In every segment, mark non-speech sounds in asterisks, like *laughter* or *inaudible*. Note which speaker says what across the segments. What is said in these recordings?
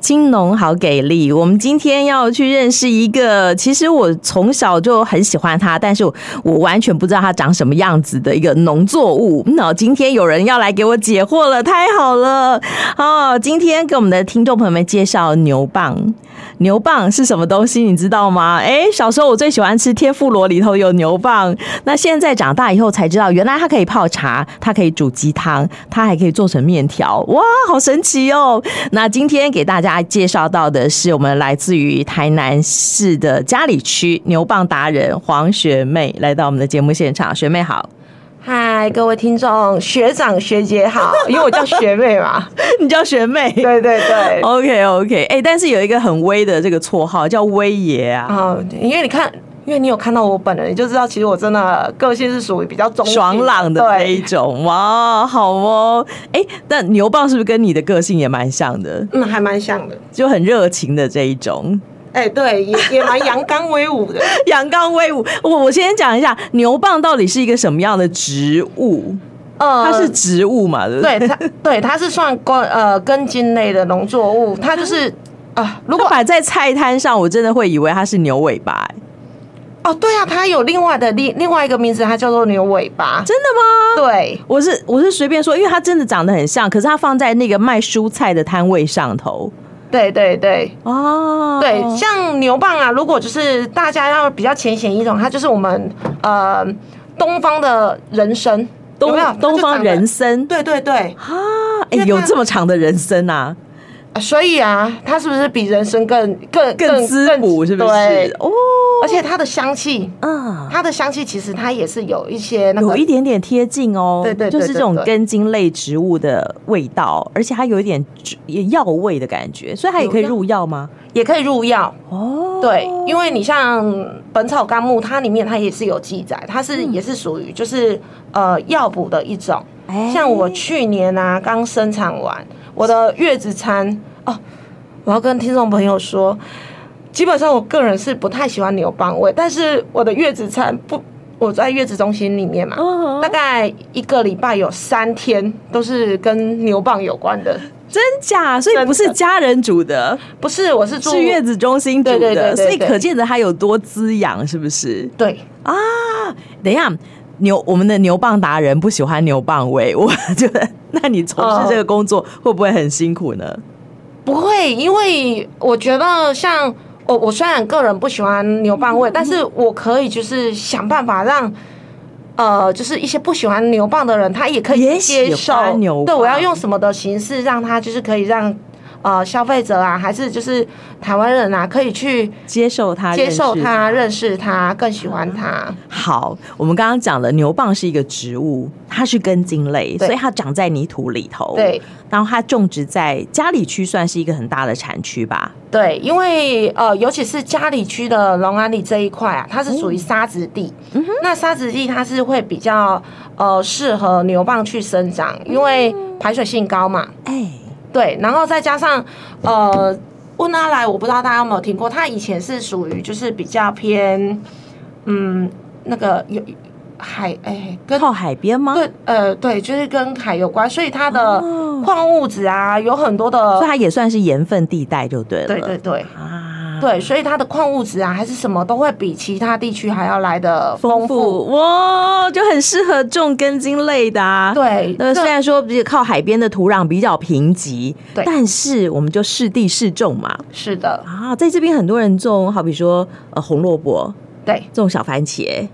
Speaker 1: 金农好给力！我们今天要去认识一个，其实我从小就很喜欢它，但是我我完全不知道它长什么样子的一个农作物。那今天有人要来给我解惑了，太好了！哦，今天给我们的听众朋友们介绍牛蒡。牛蒡是什么东西，你知道吗？哎，小时候我最喜欢吃天妇罗，里头有牛蒡。那现在长大以后才知道，原来它可以泡茶，它可以煮鸡汤，它还可以做成面条。哇，好神奇哦！那今天给大家介绍到的是我们来自于台南市的嘉里区牛蒡达人黄学妹来到我们的节目现场，学妹好。
Speaker 2: 嗨，各位听众，学长学姐好，因为我叫学
Speaker 1: *laughs*
Speaker 2: 妹嘛。
Speaker 1: *laughs* 你叫学妹， *laughs*
Speaker 2: 对对对，
Speaker 1: OK OK，哎、但是有一个很威的这个绰号叫威爷啊，
Speaker 2: 啊、因为你看，因为你有看到我本人，你就知道其实我真的个性是属于比较中性
Speaker 1: 爽朗的那一
Speaker 2: 对，
Speaker 1: 种，哇，好哦，哎、那牛蒡是不是跟你的个性也蛮像的，
Speaker 2: 嗯，还蛮像的。
Speaker 1: 就很热情的这一 *laughs* 种？
Speaker 2: 哎、对，也也蛮阳刚威
Speaker 1: *laughs*
Speaker 2: 武的。
Speaker 1: 阳刚威武，我我先讲一下牛蒡到底是一个什么样的植物？
Speaker 2: 呃
Speaker 1: 它 *laughs* 是植物嘛，对不
Speaker 2: 对
Speaker 1: 对？
Speaker 2: 它，对它是算根呃根茎类的农作物，它就是啊、
Speaker 1: 如果摆在菜摊上，我真的会以为它是牛尾巴、哎
Speaker 2: 哦，对啊，它有另外的另另外一个名字，它叫做牛尾巴。
Speaker 1: 真的吗？
Speaker 2: 对，
Speaker 1: 我是我是随便说，因为它真的长得很像，可是它放在那个卖蔬菜的摊位上头
Speaker 2: 对对对
Speaker 1: 哦，
Speaker 2: 对，像牛蒡啊，如果就是大家要比较浅显易懂，它就是我们呃东方的人参，有
Speaker 1: 东
Speaker 2: 没有
Speaker 1: 东方人，
Speaker 2: 它就长
Speaker 1: 参
Speaker 2: 得对对对，
Speaker 1: 啊，哎、
Speaker 2: 因为它
Speaker 1: 有这么长的人参啊，
Speaker 2: 啊所以啊，它是不是比人参更更
Speaker 1: 更滋补是不
Speaker 2: 对
Speaker 1: 是？哦，
Speaker 2: 而且它的香气，
Speaker 1: 嗯。
Speaker 2: 它的香气其实它也是有一些那
Speaker 1: 有
Speaker 2: 个
Speaker 1: 一点点贴近哦，
Speaker 2: 对对对
Speaker 1: 就是这种
Speaker 2: 对对
Speaker 1: 根茎类植物的味道，而且它有一点也药味的感觉，所以它也可以
Speaker 2: 有药
Speaker 1: 入药吗？
Speaker 2: 也可以入药，
Speaker 1: 哦，
Speaker 2: 对，因为你像《本草纲目》，它里面它也是有记载，它是
Speaker 1: 嗯
Speaker 2: 也是属于就是呃药补的一种。
Speaker 1: 哎
Speaker 2: 像我去年啊刚生产完，我的月子餐哦，我要跟听众朋友说，基本上我个人是不太喜欢牛蒡味，但是我的月子餐不。我在月子中心里面嘛
Speaker 1: 嗯哼
Speaker 2: 大概一个礼拜有三天都是跟牛蒡有关的。
Speaker 1: 真假，所以不是家人煮的，
Speaker 2: 不是，我是住
Speaker 1: 是月子中心煮的，
Speaker 2: 对对对对对
Speaker 1: 所以可见的它有多滋养，是不是？
Speaker 2: 对，
Speaker 1: 啊，等一下，牛我们的牛蒡达人不喜欢牛蒡味， *laughs* 我觉得，那你从事这个工作会不会很辛苦呢？
Speaker 2: 不会，因为我觉得像哦我，我虽然个人不喜欢牛蒡
Speaker 1: 嗯
Speaker 2: 味，但是我可以就是想办法让。呃，就是一些不喜欢牛蒡的人，他也可
Speaker 1: 也
Speaker 2: 以
Speaker 1: 喜
Speaker 2: 接
Speaker 1: 欢
Speaker 2: 受。
Speaker 1: 牛蒡
Speaker 2: 对，我要用什么的形式让他就是可以让呃消费者啊，还是就是台湾人啊，可以去
Speaker 1: 接受它，
Speaker 2: 接受
Speaker 1: 认识
Speaker 2: 他、认识他、更喜欢他。
Speaker 1: 好，我们刚刚讲了牛蒡是一个植物，它是根茎类，
Speaker 2: 对
Speaker 1: 所以它长在泥土里头。
Speaker 2: 对，
Speaker 1: 然后它种植在嘉里区，算是一个很大的产区吧。
Speaker 2: 对，因为呃，尤其是嘉里区的龙安里这一块啊，它是属于沙子地。那沙子地它是会比较呃适合牛蒡去生长，因为排水性高嘛。
Speaker 1: 哎，
Speaker 2: 对，然后再加上呃温拉莱，我不知道大家有没有听过，它以前是属于就是比较偏嗯那个有海哎跟
Speaker 1: 靠海边吗？
Speaker 2: 对呃对，就是跟海有关，所以它的
Speaker 1: 哦
Speaker 2: 矿物质啊有很多的
Speaker 1: 所以它也算是盐分地带，就对了。
Speaker 2: 对对对。
Speaker 1: 啊，
Speaker 2: 对，所以它的矿物质啊，还是什么都会比其他地区还要来的
Speaker 1: 丰
Speaker 2: 丰富。
Speaker 1: 富哇，就很适合种根茎类的啊。。
Speaker 2: 对，
Speaker 1: 那
Speaker 2: 这
Speaker 1: 虽然说比较靠海边的土壤比较贫瘠，
Speaker 2: 对
Speaker 1: 但是我们就适地适种嘛。
Speaker 2: 是的，
Speaker 1: 啊，在这边很多人种，好比说呃红萝卜，
Speaker 2: 对，
Speaker 1: 种小番茄，种
Speaker 2: 哎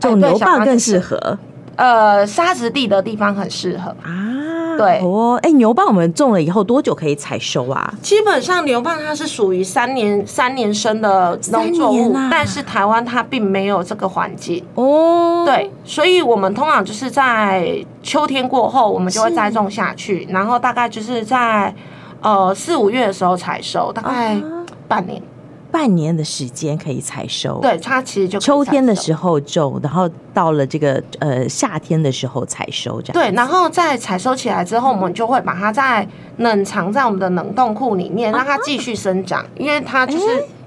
Speaker 2: 对
Speaker 1: 牛
Speaker 2: 小番
Speaker 1: 蒡
Speaker 2: 茄
Speaker 1: 更适合
Speaker 2: 呃，沙质地的地方很适合。
Speaker 1: 啊。
Speaker 2: 对
Speaker 1: 好哦，哎，牛蒡我们种了以后多久可以采收啊？
Speaker 2: 基本上牛蒡它是属于三年三年生的农作
Speaker 1: 三
Speaker 2: 物，
Speaker 1: 年啊
Speaker 2: 但是台湾它并没有这个环境。
Speaker 1: 哦，
Speaker 2: 对，所以我们通常就是在秋天过后，我们就会栽种下去，然后大概就是在呃四五月的时候采收，大概
Speaker 1: 啊
Speaker 2: 半年。
Speaker 1: 半年的时间可以采收。，
Speaker 2: 对，它其实就可以
Speaker 1: 秋天的
Speaker 2: 采收
Speaker 1: 时候种，然后到了这个呃夏天的时候采收，这样
Speaker 2: 对，然后在采收起来之后，我们就会把它再冷藏在我们的冷冻库里面，让它继续生长，因为它就是、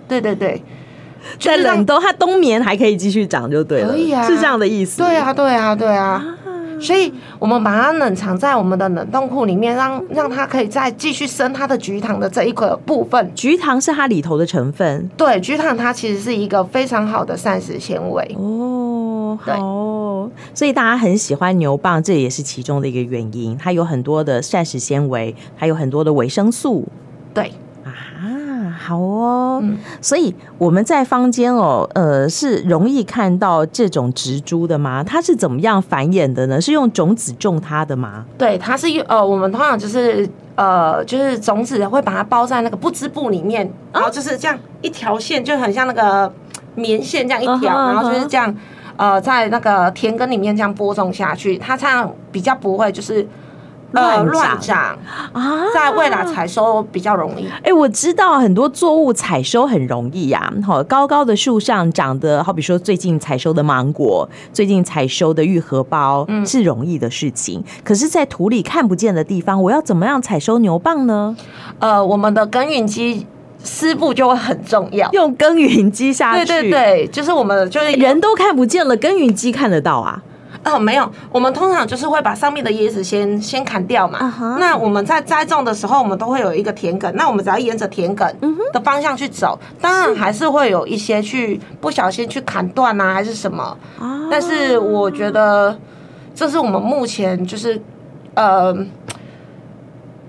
Speaker 2: 对对对，就
Speaker 1: 在
Speaker 2: 是让
Speaker 1: 冷冻，它冬眠还可以继续长就对了，
Speaker 2: 可以啊
Speaker 1: 是这样的意思。
Speaker 2: 对啊，对啊，对啊。所以我们把它冷藏在我们的冷冻库里面，让让它可以再继续生它的菊糖的这一个部分。
Speaker 1: 菊糖是它里头的成分
Speaker 2: 对，菊糖它其实是一个非常好的膳食纤维。
Speaker 1: 哦，
Speaker 2: 对
Speaker 1: 好哦，所以大家很喜欢牛蒡，这也是其中的一个原因。它有很多的膳食纤维，还有很多的维生素
Speaker 2: 对，
Speaker 1: 啊。好哦，
Speaker 2: 嗯
Speaker 1: 所以我们在坊间哦，呃，是容易看到这种植株的吗？它是怎么样繁衍的呢？是用种子种它的吗？
Speaker 2: 对，它是用呃，我们通常就是呃，就是种子会把它包在那个不织布里面，
Speaker 1: 啊
Speaker 2: 然后就是这样一条线，就很像那个棉线这样一条，
Speaker 1: 嗯哼
Speaker 2: 然后就
Speaker 1: 嗯
Speaker 2: 是
Speaker 1: 哼
Speaker 2: 这样呃，在那个田埂里面这样播种下去，它这样比较不会就是呃
Speaker 1: 乱
Speaker 2: 乱长，
Speaker 1: 啊，
Speaker 2: 在未来采收比较容易。
Speaker 1: 哎、我知道很多作物采收很容易呀、好，高高的树上长的，好比说最近采收的芒果，最近采收的玉荷包，
Speaker 2: 嗯
Speaker 1: 是容易的事情。可是，在土里看不见的地方，我要怎么样采收牛蒡呢？
Speaker 2: 呃，我们的耕耘机湿布就会很重要。
Speaker 1: 用耕耘机下
Speaker 2: 对
Speaker 1: 去，
Speaker 2: 对对，就是我们就是
Speaker 1: 人都看不见了，耕耘机看得到啊。
Speaker 2: 哦，没有，我们通常就是会把上面的椰子先先砍掉嘛。
Speaker 1: 啊哈
Speaker 2: 那我们在栽种的时候，我们都会有一个田埂，那我们只要沿着田埂
Speaker 1: 嗯
Speaker 2: 的方向去走，当然还是会有一些去不小心去砍断啊，还是什么。
Speaker 1: 啊，
Speaker 2: 但是我觉得这是我们目前就是呃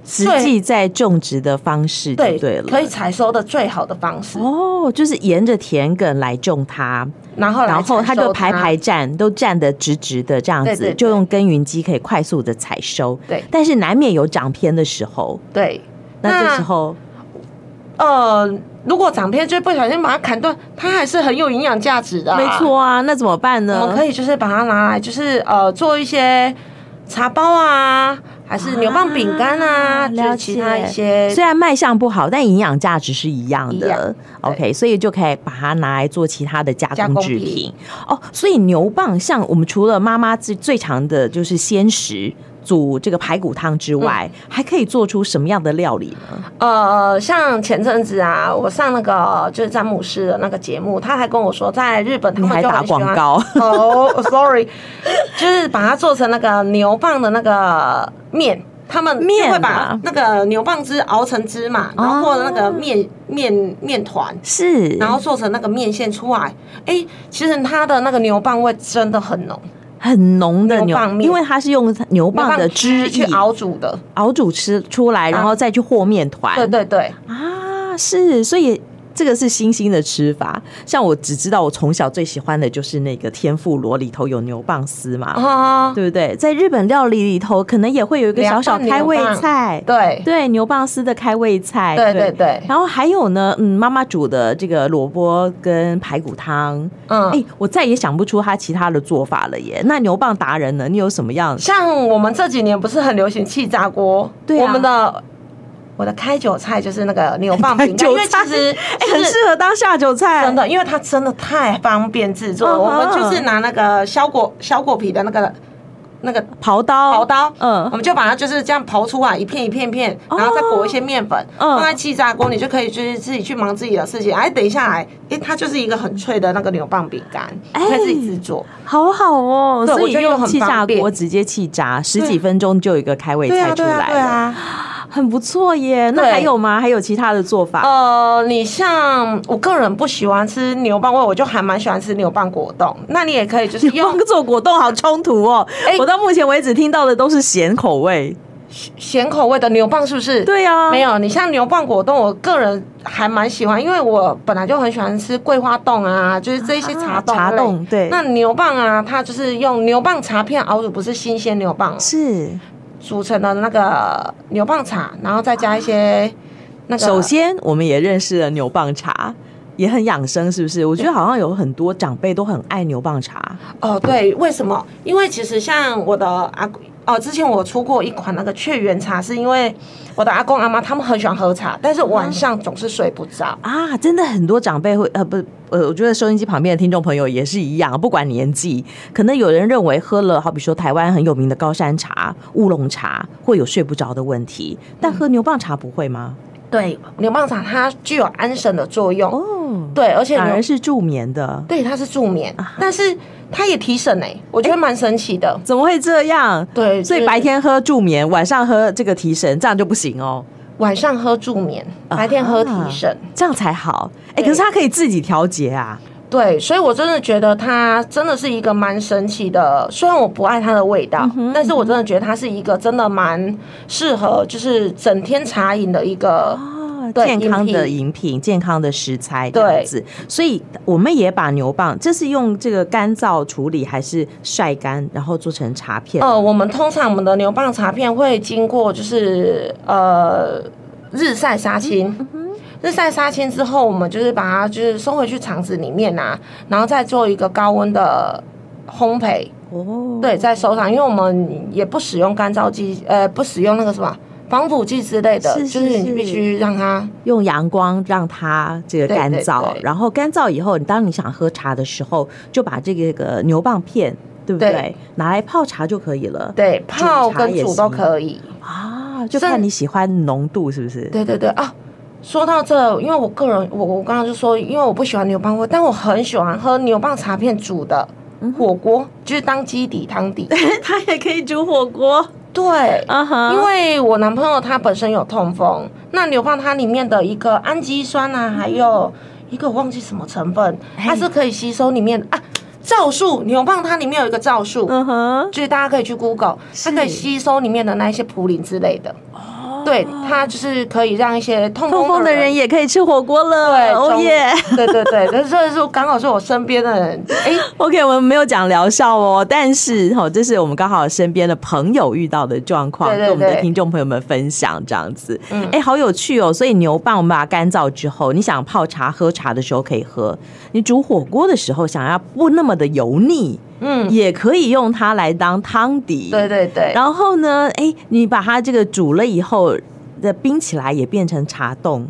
Speaker 1: 实际在种植的方式就
Speaker 2: 对
Speaker 1: 对了，
Speaker 2: 可以采收的最好的方式，
Speaker 1: 哦，就是沿着田埂来种它。
Speaker 2: 然后来
Speaker 1: 然后
Speaker 2: 采
Speaker 1: 它
Speaker 2: 收
Speaker 1: 就排
Speaker 2: 它
Speaker 1: 排站，都站得直直的这样子，
Speaker 2: 对对对
Speaker 1: 就用耕耘机可以快速的采收。
Speaker 2: 对
Speaker 1: 但是难免有长偏的时候，
Speaker 2: 对。
Speaker 1: 那这时候
Speaker 2: 呃，如果长片就不小心把它砍断，它还是很有营养价值的、
Speaker 1: 没。错啊，那怎么办
Speaker 2: 我
Speaker 1: 呢？
Speaker 2: 们可
Speaker 1: 以
Speaker 2: 以就是把它拿来，就是呃做一些茶包啊，还是牛蒡饼干啊，就是其他一些
Speaker 1: 虽然卖相不好，但营养价值是一样
Speaker 2: 一
Speaker 1: 的。
Speaker 2: 样
Speaker 1: OK，所以就可以把它拿来做其他的加
Speaker 2: 加
Speaker 1: 工
Speaker 2: 工
Speaker 1: 制
Speaker 2: 品
Speaker 1: 品。哦，所以牛蒡像我们除了妈妈最最常的就是鲜食。煮这个排骨汤之外，
Speaker 2: 嗯
Speaker 1: 还可以做出什么样的料理呢？
Speaker 2: 呃，像前阵子啊，我上那个就是詹姆斯的那个节目，他还跟我说，在日本他
Speaker 1: 你
Speaker 2: 们
Speaker 1: 还
Speaker 2: 就
Speaker 1: 打
Speaker 2: 很喜欢
Speaker 1: 广
Speaker 2: *laughs*
Speaker 1: 告？
Speaker 2: 哦、s o r r y *laughs* 就是把它做成那个牛蒡的那个面，他们就
Speaker 1: 面
Speaker 2: 会
Speaker 1: 啊
Speaker 2: 把那个牛蒡汁熬成汁嘛，然后或者那
Speaker 1: 哦
Speaker 2: 个面面面团，
Speaker 1: 是，
Speaker 2: 然后做成那个面线出来。哎，其实它的那个牛蒡味真的很浓，
Speaker 1: 很浓的
Speaker 2: 牛
Speaker 1: 牛
Speaker 2: 蒡，面
Speaker 1: 因为它是用牛
Speaker 2: 牛
Speaker 1: 蒡的汁
Speaker 2: 去
Speaker 1: 液
Speaker 2: 熬煮的。
Speaker 1: 熬煮吃出来，然后再去和面团。
Speaker 2: 对对对，
Speaker 1: 啊，是，所以这个是新兴的吃法。像我只知道我从小最喜欢的就是那个天妇罗，里头有牛蒡丝嘛，
Speaker 2: 啊，
Speaker 1: 对不对？在日本料理里头，可能也会有一个小小
Speaker 2: 凉拌
Speaker 1: 开胃
Speaker 2: 牛蒡
Speaker 1: 菜，
Speaker 2: 对
Speaker 1: 对，牛蒡丝的开胃菜，
Speaker 2: 对对对，
Speaker 1: 然后还有呢，嗯，妈妈煮的这个萝卜跟排骨汤，哎、
Speaker 2: 嗯。
Speaker 1: 我再也想不出它其他的做法了耶。那牛蒡达人呢？你有什么
Speaker 2: *laughs*
Speaker 1: 样
Speaker 2: 像我们这几年不是很流行气炸锅，
Speaker 1: 对啊
Speaker 2: 我们的我的开酒菜就是那个牛蒡饼干，
Speaker 1: 韭
Speaker 2: 因为
Speaker 1: 菜
Speaker 2: 其实
Speaker 1: 哎、很适合当下酒菜，
Speaker 2: 真的，因为它真的太方便制作
Speaker 1: 嗯
Speaker 2: 了。
Speaker 1: 哼
Speaker 2: 我们就是拿那个削果削果皮的那个那个
Speaker 1: 刨刀，
Speaker 2: 刨刀，我
Speaker 1: 嗯，
Speaker 2: 们就把它就是这样刨出来一片一片片，
Speaker 1: 哦
Speaker 2: 然后再裹一些面粉，
Speaker 1: 嗯
Speaker 2: 放在气炸锅，你就可以就是自己去忙自己的事情。哎，等一下来，哎，它就是一个很脆的那个牛蒡饼干，
Speaker 1: 哎
Speaker 2: 你可以自己制作。
Speaker 1: 好好哦，
Speaker 2: 对
Speaker 1: 所
Speaker 2: 我
Speaker 1: 以
Speaker 2: 觉得又
Speaker 1: 用
Speaker 2: 很
Speaker 1: 气炸
Speaker 2: 方便
Speaker 1: 锅直接气炸，十几分钟就有一个开胃
Speaker 2: 对
Speaker 1: 菜
Speaker 2: 啊，
Speaker 1: 出
Speaker 2: 对啊，
Speaker 1: 来
Speaker 2: 对
Speaker 1: 了，
Speaker 2: 啊。
Speaker 1: 很不错耶。那
Speaker 2: 对
Speaker 1: 还有吗？还有其他的做法？
Speaker 2: 呃，你像我个人不喜欢吃牛蒡味，我就还蛮喜欢吃牛蒡果冻。那你也可以就是
Speaker 1: *laughs*
Speaker 2: 用
Speaker 1: 光做果冻好冲突哦！
Speaker 2: 哎
Speaker 1: 我到目前为止听到的都是咸口味。
Speaker 2: 咸口味的牛蒡，是不是？
Speaker 1: 对啊，
Speaker 2: 没有，你像牛蒡果冻，我个人还蛮喜欢，因为我本来就很喜欢吃桂花冻啊，就是这一些茶冻、
Speaker 1: 啊茶冻，对，
Speaker 2: 那牛蒡啊，它就是用牛蒡茶片熬煮，不是新鲜牛蒡
Speaker 1: 是
Speaker 2: 组成的那个牛蒡茶，然后再加一些那个。
Speaker 1: 首先，我们也认识了牛蒡茶，也很养生，是不是？我觉得好像有很多长辈都很爱牛蒡茶。
Speaker 2: 哦，对，为什么？因为其实像我的阿公哦，之前我出过一款那个雀园茶，是因为我的阿公阿妈他们很喜欢喝茶，但是晚上总是睡不着。
Speaker 1: 啊，真的很多长辈会呃不呃，我觉得收音机旁边的听众朋友也是一样，不管年纪，可能有人认为喝了好比说台湾很有名的高山茶、乌龙茶会有睡不着的问题，但喝牛蒡茶不会吗？
Speaker 2: 对，牛蒡茶它具有安神的作用。
Speaker 1: 哦哦，
Speaker 2: 对，而且
Speaker 1: 反而
Speaker 2: 牛
Speaker 1: 是助眠的，
Speaker 2: 对它是助眠，
Speaker 1: 啊
Speaker 2: 但是它也提神哎、我觉得蛮神奇的。
Speaker 1: 怎么会这样？
Speaker 2: 对，
Speaker 1: 所
Speaker 2: 就
Speaker 1: 以
Speaker 2: 是
Speaker 1: 白天喝助眠，晚上喝这个提神，这样就不行哦。
Speaker 2: 晚上喝助眠，白天喝提神。
Speaker 1: 啊这样才好。哎、
Speaker 2: 对
Speaker 1: 可是它可以自己调节啊。
Speaker 2: 对，所以我真的觉得它真的是一个蛮神奇的。虽然我不爱它的味道，但是我真的觉得它是一个真的蛮适合，就是整天茶饮的一个。
Speaker 1: 哦
Speaker 2: 对
Speaker 1: 健康的
Speaker 2: 饮
Speaker 1: 饮品、健康的食材这样
Speaker 2: 对
Speaker 1: 子，所以我们也把牛蒡，这是用这个干燥处理，还是晒干然后做成茶片？
Speaker 2: 呃，我们通常我们的牛蒡茶片会经过就是呃日晒杀青，日晒杀青之后，我们就是把它就是收回去厂子里面啊，然后再做一个高温的烘焙，
Speaker 1: 哦，
Speaker 2: 对，在手上，因为我们也不使用干燥剂，呃，不使用那个什么防腐剂之类的，
Speaker 1: 是
Speaker 2: 就是是你
Speaker 1: 是
Speaker 2: 必须让它
Speaker 1: 用阳光让它这个
Speaker 2: 对
Speaker 1: 干
Speaker 2: 对
Speaker 1: 燥，
Speaker 2: 对
Speaker 1: 然后干燥以后，你当你想喝茶的时候，就把这个个牛蒡片，对不对？
Speaker 2: 对
Speaker 1: 拿来泡茶就可以了。
Speaker 2: 对泡
Speaker 1: 茶
Speaker 2: 跟
Speaker 1: 也
Speaker 2: 煮都
Speaker 1: 行
Speaker 2: 可以。
Speaker 1: 啊，就
Speaker 2: 甚
Speaker 1: 看你喜欢浓度是不是？
Speaker 2: 对对对啊，说到这，因为我个人，我我刚刚就说，因为我不喜欢牛蒡味，但我很喜欢喝牛蒡茶片煮的火锅，就是当基底
Speaker 1: *laughs*
Speaker 2: 汤底。
Speaker 1: *laughs* 它也可以煮火锅
Speaker 2: 对，
Speaker 1: 啊哈，
Speaker 2: 因为我男朋友他本身有痛风，那牛蒡它里面的一个氨基酸
Speaker 1: 嗯
Speaker 2: 啊，还有一个我忘记什么成分，
Speaker 1: 哎
Speaker 2: 它是可以吸收里面啊皂素。牛蒡它里面有一个皂素，
Speaker 1: 嗯哼，
Speaker 2: 就是大家可以去 Google，它可以吸收里面的那一些嘌呤之类的。对，它就是可以让一些痛
Speaker 1: 哦痛风
Speaker 2: 的
Speaker 1: 的人也可以吃火锅
Speaker 2: 对
Speaker 1: 了，哦
Speaker 2: 中
Speaker 1: 耶！
Speaker 2: 对对对，但是这是刚好是我身边的人，
Speaker 1: *laughs*
Speaker 2: 哎、
Speaker 1: OK，我们没有讲疗效哦，但是哈、哦，这是我们刚好身边的朋友遇到的状况，
Speaker 2: 对对
Speaker 1: 跟我们的
Speaker 2: 对
Speaker 1: 听众朋友们分享这样子。哎、
Speaker 2: 嗯
Speaker 1: 好有趣哦！所以牛蒡我们把它干燥之后，你想泡茶、喝茶的时候可以喝，你煮火锅的时候想要不那么的油腻，
Speaker 2: 嗯，
Speaker 1: 也可以用它来当汤底。
Speaker 2: 对对对，
Speaker 1: 然后呢，哎，你把它这个煮了以后的冰起来也变成茶冻，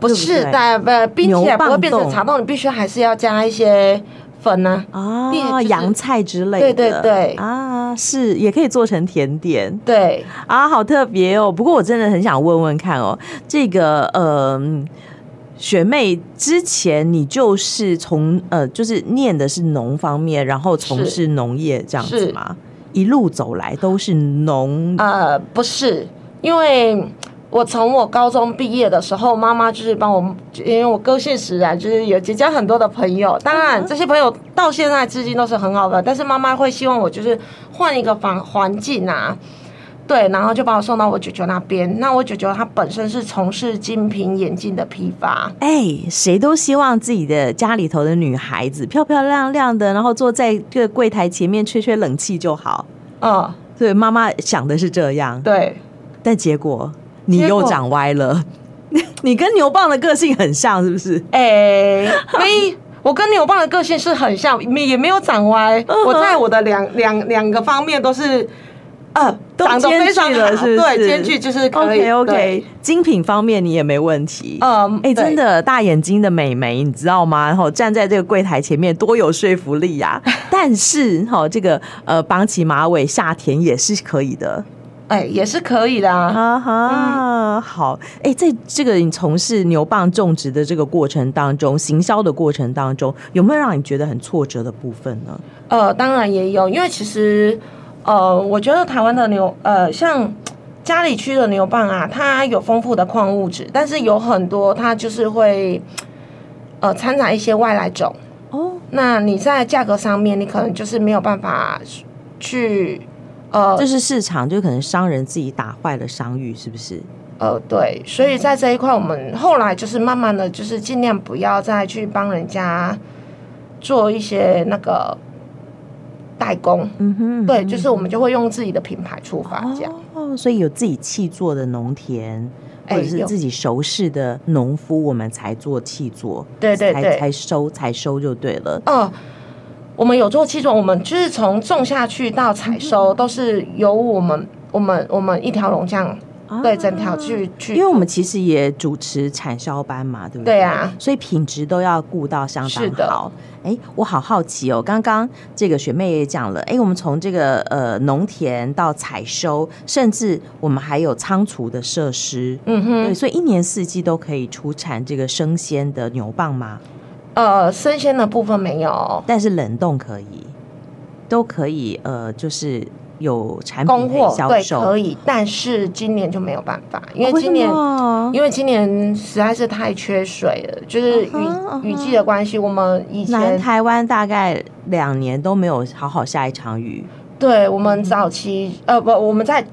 Speaker 2: 不
Speaker 1: 对
Speaker 2: 是
Speaker 1: 不对
Speaker 2: 但呃冰起来不会变
Speaker 1: 牛蒡冻
Speaker 2: 成茶冻，你必须还是要加一些粉呢、
Speaker 1: 啊，
Speaker 2: 变就是
Speaker 1: 洋菜之类的，
Speaker 2: 对对对
Speaker 1: 啊，是也可以做成甜点
Speaker 2: 对，
Speaker 1: 啊，好特别哦。不过我真的很想问问看哦，这个呃，学妹之前你就是从呃，就是念的是农方面，然后从
Speaker 2: 是
Speaker 1: 事农业这样子
Speaker 2: 是
Speaker 1: 吗？一路走来都是农
Speaker 2: 呃，不是，因为我从我高中毕业的时候，妈妈就是帮我，因为我个性使然，就是有结交很多的朋友。当然，这些朋友到现在至今都是很好的，但是妈妈会希望我就是换一个环环境啊。对，然后就把我送到我舅舅那边。那我舅舅他本身是从事精品眼镜的批发，
Speaker 1: 哎，谁都希望自己的家里头的女孩子漂漂亮亮的，然后坐在这个柜台前面吹吹冷气就好。
Speaker 2: 嗯，
Speaker 1: 对，妈妈想的是这样，
Speaker 2: 对，
Speaker 1: 但结果你
Speaker 2: 结
Speaker 1: 又
Speaker 2: 果
Speaker 1: 长歪了。 *laughs* 你跟牛蒡的个性很像，是不是？
Speaker 2: 哎，没，我跟牛蒡的个性是很像，没也没有长歪。
Speaker 1: 嗯
Speaker 2: 我在我的两两两个方面都是，呃，
Speaker 1: 都
Speaker 2: 长得
Speaker 1: 兼
Speaker 2: 非常
Speaker 1: 具了
Speaker 2: 好
Speaker 1: 是不是
Speaker 2: 对，兼具就是可
Speaker 1: OK
Speaker 2: 以。对
Speaker 1: OK，精品方面你也没问题。
Speaker 2: 嗯
Speaker 1: 哎、真
Speaker 2: 对
Speaker 1: 的大眼睛的美眉，你知道吗？然后站在这个柜台前面多有说服力
Speaker 2: *laughs*
Speaker 1: 呀、但是哈，这个呃，绑起马尾下田也是可以的。
Speaker 2: 哎、也是可以的啊。
Speaker 1: 啊哈，
Speaker 2: 嗯
Speaker 1: 好，哎、在这个你从事牛蒡种植的这个过程当中，行销的过程当中，有没有让你觉得很挫折的部分呢？
Speaker 2: 呃，当然也有，因为其实，呃，我觉得台湾的牛，呃，像家里区的牛蒡啊，它有丰富的矿物质，但是有很多它就是会，呃，掺杂一些外来种。
Speaker 1: 哦，
Speaker 2: 那你在价格上面，你可能就是没有办法去，呃
Speaker 1: 这是市场，就可能商人自己打坏了商誉，是不是？
Speaker 2: 呃，对，所以在这一块，我们后来就是慢慢的就是尽量不要再去帮人家做一些那个代工，
Speaker 1: 嗯哼，
Speaker 2: 对，就是我们就会用自己的品牌出发这样。
Speaker 1: 哦，所以有自己气做的农田。或
Speaker 2: 哎
Speaker 1: 者是
Speaker 2: 有
Speaker 1: 自己熟识的农夫，我们才做气作，
Speaker 2: 对对
Speaker 1: 才
Speaker 2: 对
Speaker 1: 才收才收就对了。
Speaker 2: 哦，我们有做七种，我们就是
Speaker 1: 嗯
Speaker 2: 从种下去到采收都是由我们我们我们一条龙这样对，整条去去，
Speaker 1: 啊因为我们其实也主持产销班嘛，对不对？
Speaker 2: 对啊
Speaker 1: 所以品质都要顾到相
Speaker 2: 是
Speaker 1: 当
Speaker 2: 的
Speaker 1: 好。哎，我好好奇哦，刚刚这个学妹也讲了，哎，我们从这个呃农田到采收，甚至我们还有仓储的设施，
Speaker 2: 嗯哼，
Speaker 1: 对，所以一年四季都可以出产这个生鲜的牛蒡吗？
Speaker 2: 呃，生鲜的部分没有，
Speaker 1: 但是冷冻可以，都可以，呃，就是有产品
Speaker 2: 供
Speaker 1: 可以
Speaker 2: 货
Speaker 1: 销
Speaker 2: 对
Speaker 1: 售，
Speaker 2: 可以，但是今年就没有办法，因为今年、
Speaker 1: 哦为什么
Speaker 2: 因为今年实在是太缺水了，就是雨、
Speaker 1: 嗯哼
Speaker 2: 雨季的关系，我们以
Speaker 1: 南
Speaker 2: 前
Speaker 1: 台湾大概两年都没有好好下一场雨，
Speaker 2: 对我们早期、呃不，我们在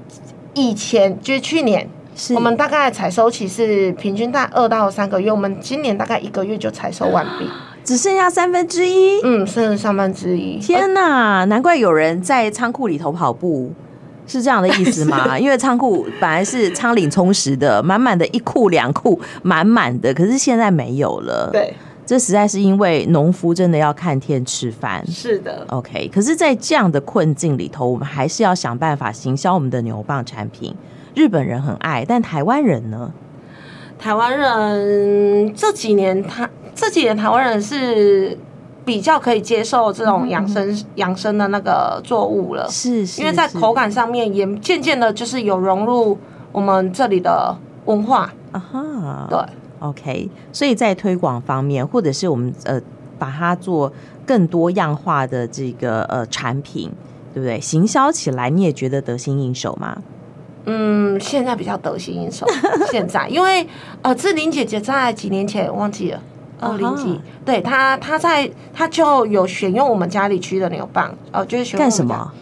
Speaker 2: 以前就是去年，
Speaker 1: 是
Speaker 2: 我们大概采收期是平均在二到三个月，我们今年大概一个月就采收完毕，
Speaker 1: 只剩下三分之一。
Speaker 2: 嗯，甚至上分之一。
Speaker 1: 天哪，难怪有人在仓库里头跑步。是这样的意思
Speaker 2: *laughs*
Speaker 1: 吗？因为仓库本来是仓廪充实的，满满的一库两库，满满的。可是现在没有了，，
Speaker 2: 对，
Speaker 1: 这实在是因为农夫真的要看天吃饭。
Speaker 2: 是的，
Speaker 1: OK，可是，在这样的困境里头，我们还是要想办法行销我们的牛蒡产品。日本人很爱，但台湾人呢？
Speaker 2: 台湾人这几年他这几年台湾人是比较可以接受这种养生养生的那个作物了，
Speaker 1: 是是
Speaker 2: 呃因为在
Speaker 1: 是
Speaker 2: 口感上面也渐渐的，就是有融入我们这里的文化。
Speaker 1: 啊哈，
Speaker 2: 对，
Speaker 1: OK，所以在推广方面，或者是我们呃把它做更多样化的这个呃产品，对不对？行销起来，你也觉得得心应手吗？
Speaker 2: 嗯，现在比较得心应手。现在，因为呃，志玲姐姐在几年前忘记了。
Speaker 1: 啊
Speaker 2: 二
Speaker 1: 哈
Speaker 2: 零几，对她，她在她就有选用我们家里区的牛蒡，哦，就是选用
Speaker 1: 干
Speaker 2: 我
Speaker 1: 什
Speaker 2: 们家
Speaker 1: 么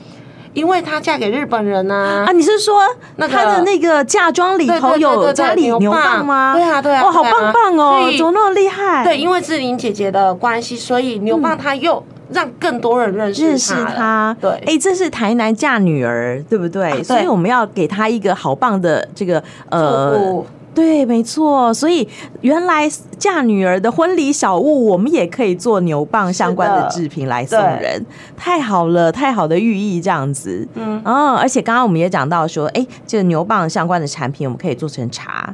Speaker 2: 因为她嫁给日本人呐、
Speaker 1: 啊？你是说
Speaker 2: 那个
Speaker 1: 他的那个嫁妆里头有家里牛蒡吗？
Speaker 2: 对啊，对啊，
Speaker 1: 哇，好
Speaker 2: 对啊
Speaker 1: 棒棒哦
Speaker 2: 所！以
Speaker 1: 怎么那么厉害？
Speaker 2: 对，，因为志玲姐姐的关系，所以牛蒡她又让更多人认
Speaker 1: 嗯
Speaker 2: 识
Speaker 1: 认识
Speaker 2: 了
Speaker 1: 他，
Speaker 2: 对，啊
Speaker 1: 哎，这是台南嫁女儿，对不对？
Speaker 2: 对
Speaker 1: 所以我们要给他一个好棒的这个呃
Speaker 2: 祝福
Speaker 1: 对，没错。所以原来嫁女儿的婚礼小物，我们也可以做牛蒡相关的制品来送人，太好了，太好的寓意这样子。
Speaker 2: 嗯
Speaker 1: 嗯，而且刚刚我们也讲到说，哎，这个牛蒡相关的产品，我们可以做成茶。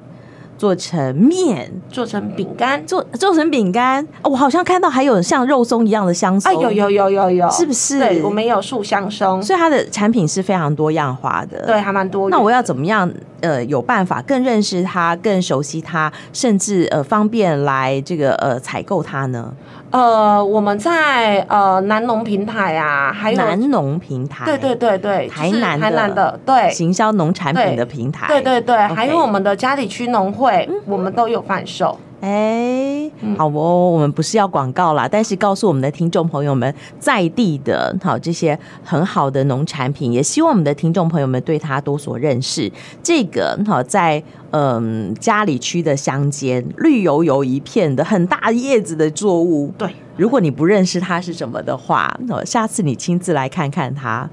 Speaker 1: 做成面，
Speaker 2: 做成饼干
Speaker 1: 做做成饼干、哦我好像看到还有像肉松一样的香松
Speaker 2: 啊，有，有有有有，
Speaker 1: 是不是
Speaker 2: 对，我们有树香松，
Speaker 1: 所以它的产品是非常多样化的。
Speaker 2: 对，，还蛮多元。
Speaker 1: 那我要怎么样呃有办法更认识它、更熟悉它，甚至呃方便来这个呃采购它呢？
Speaker 2: 呃，我们在呃南农平台啊，还有
Speaker 1: 南农平台，
Speaker 2: 对对对对，就是
Speaker 1: 台南的
Speaker 2: 台南的对。
Speaker 1: 行销农产品的平台，
Speaker 2: 对对对，
Speaker 1: OK
Speaker 2: 还有我们的家里区农会，我们都有贩售。
Speaker 1: 哎，好哦，我们不是要广告啦，但是告诉我们的听众朋友们，在地的好这些很好的农产品，也希望我们的听众朋友们对它多所认识。这个好在嗯家里区的乡间，绿油油一片的很大叶子的作物，
Speaker 2: 对，
Speaker 1: 如果你不认识它是什么的话，那下次你亲自来看看它。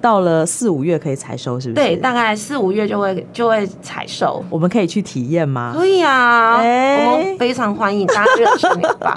Speaker 1: 到了四五月可以采收，是不是？
Speaker 2: 对，大概四五月就会就会采收。
Speaker 1: 我们可以去体验吗？
Speaker 2: 可以啊，
Speaker 1: 哎
Speaker 2: 我们非常欢迎大家认识牛
Speaker 1: *laughs*
Speaker 2: 蒡。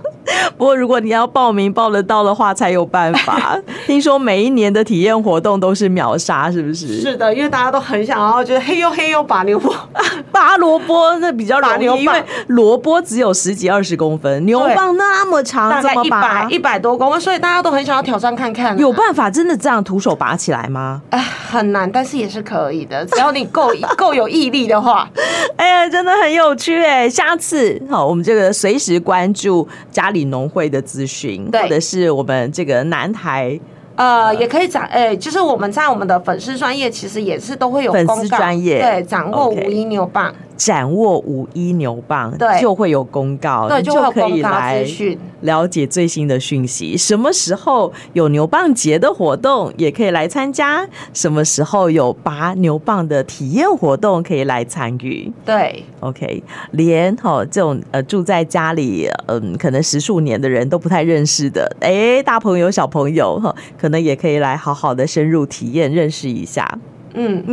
Speaker 1: 不过如果你要报名报得到的话，才有办
Speaker 2: *laughs*
Speaker 1: 法。听说每一年的体验活动都是秒杀，是不是？
Speaker 2: 是的，因为大家都很想要，觉得嘿呦嘿呦把牛
Speaker 1: 啊
Speaker 2: 蒡
Speaker 1: 拔萝卜那比较
Speaker 2: 拔
Speaker 1: 容
Speaker 2: 牛
Speaker 1: 易，
Speaker 2: 蒡
Speaker 1: 因为萝卜只有十几二十公分，牛蒡那么长，
Speaker 2: 大
Speaker 1: 怎
Speaker 2: 概
Speaker 1: 么
Speaker 2: 一百
Speaker 1: 拔？
Speaker 2: 一百多公分，所以大家都很想要挑战看看啊。
Speaker 1: 有办法真的这样徒手拔起来
Speaker 2: *laughs*
Speaker 1: 吗？
Speaker 2: 哎，很难，但是也是可以的， *laughs* 只要你够够有毅力的话。
Speaker 1: 哎呀，真的很有趣哎！下次好，我们这个随时关注家里农会的资讯，
Speaker 2: 对
Speaker 1: 或者是我们这个南台
Speaker 2: 呃，
Speaker 1: 啊
Speaker 2: 也可以掌，哎、就是我们在我们的粉丝专业，其实也是都会有
Speaker 1: 粉丝
Speaker 2: 公告
Speaker 1: 专页
Speaker 2: 对，掌握
Speaker 1: OK
Speaker 2: 无一牛蒡
Speaker 1: 掌握五一牛蒡，
Speaker 2: 对
Speaker 1: 就会有公告，
Speaker 2: 对，
Speaker 1: 哦你
Speaker 2: 就会有
Speaker 1: 可以
Speaker 2: 公告
Speaker 1: 来
Speaker 2: 资讯。
Speaker 1: 了解最新的讯息，什么时候有牛蒡节的活动也可以来参加，什么时候有拔牛蒡的体验活动可以来参与。
Speaker 2: 对，
Speaker 1: OK，连哦这种呃住在家里嗯可能十数年的人都不太认识的，哎，大朋友小朋友哈、哦可能也可以来好好的深入体验认识一下。
Speaker 2: 嗯，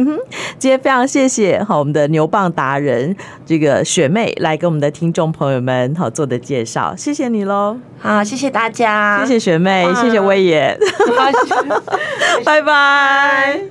Speaker 1: 今天非常谢谢哦好我们的牛蒡达人这个雪妹来跟我们的听众朋友们好、做的介绍，谢谢你喽，
Speaker 2: 好，谢谢大家，
Speaker 1: 啊谢谢学妹，
Speaker 2: 哇 *laughs*
Speaker 1: 谢谢威爷，
Speaker 2: 谢谢。
Speaker 1: 拜拜。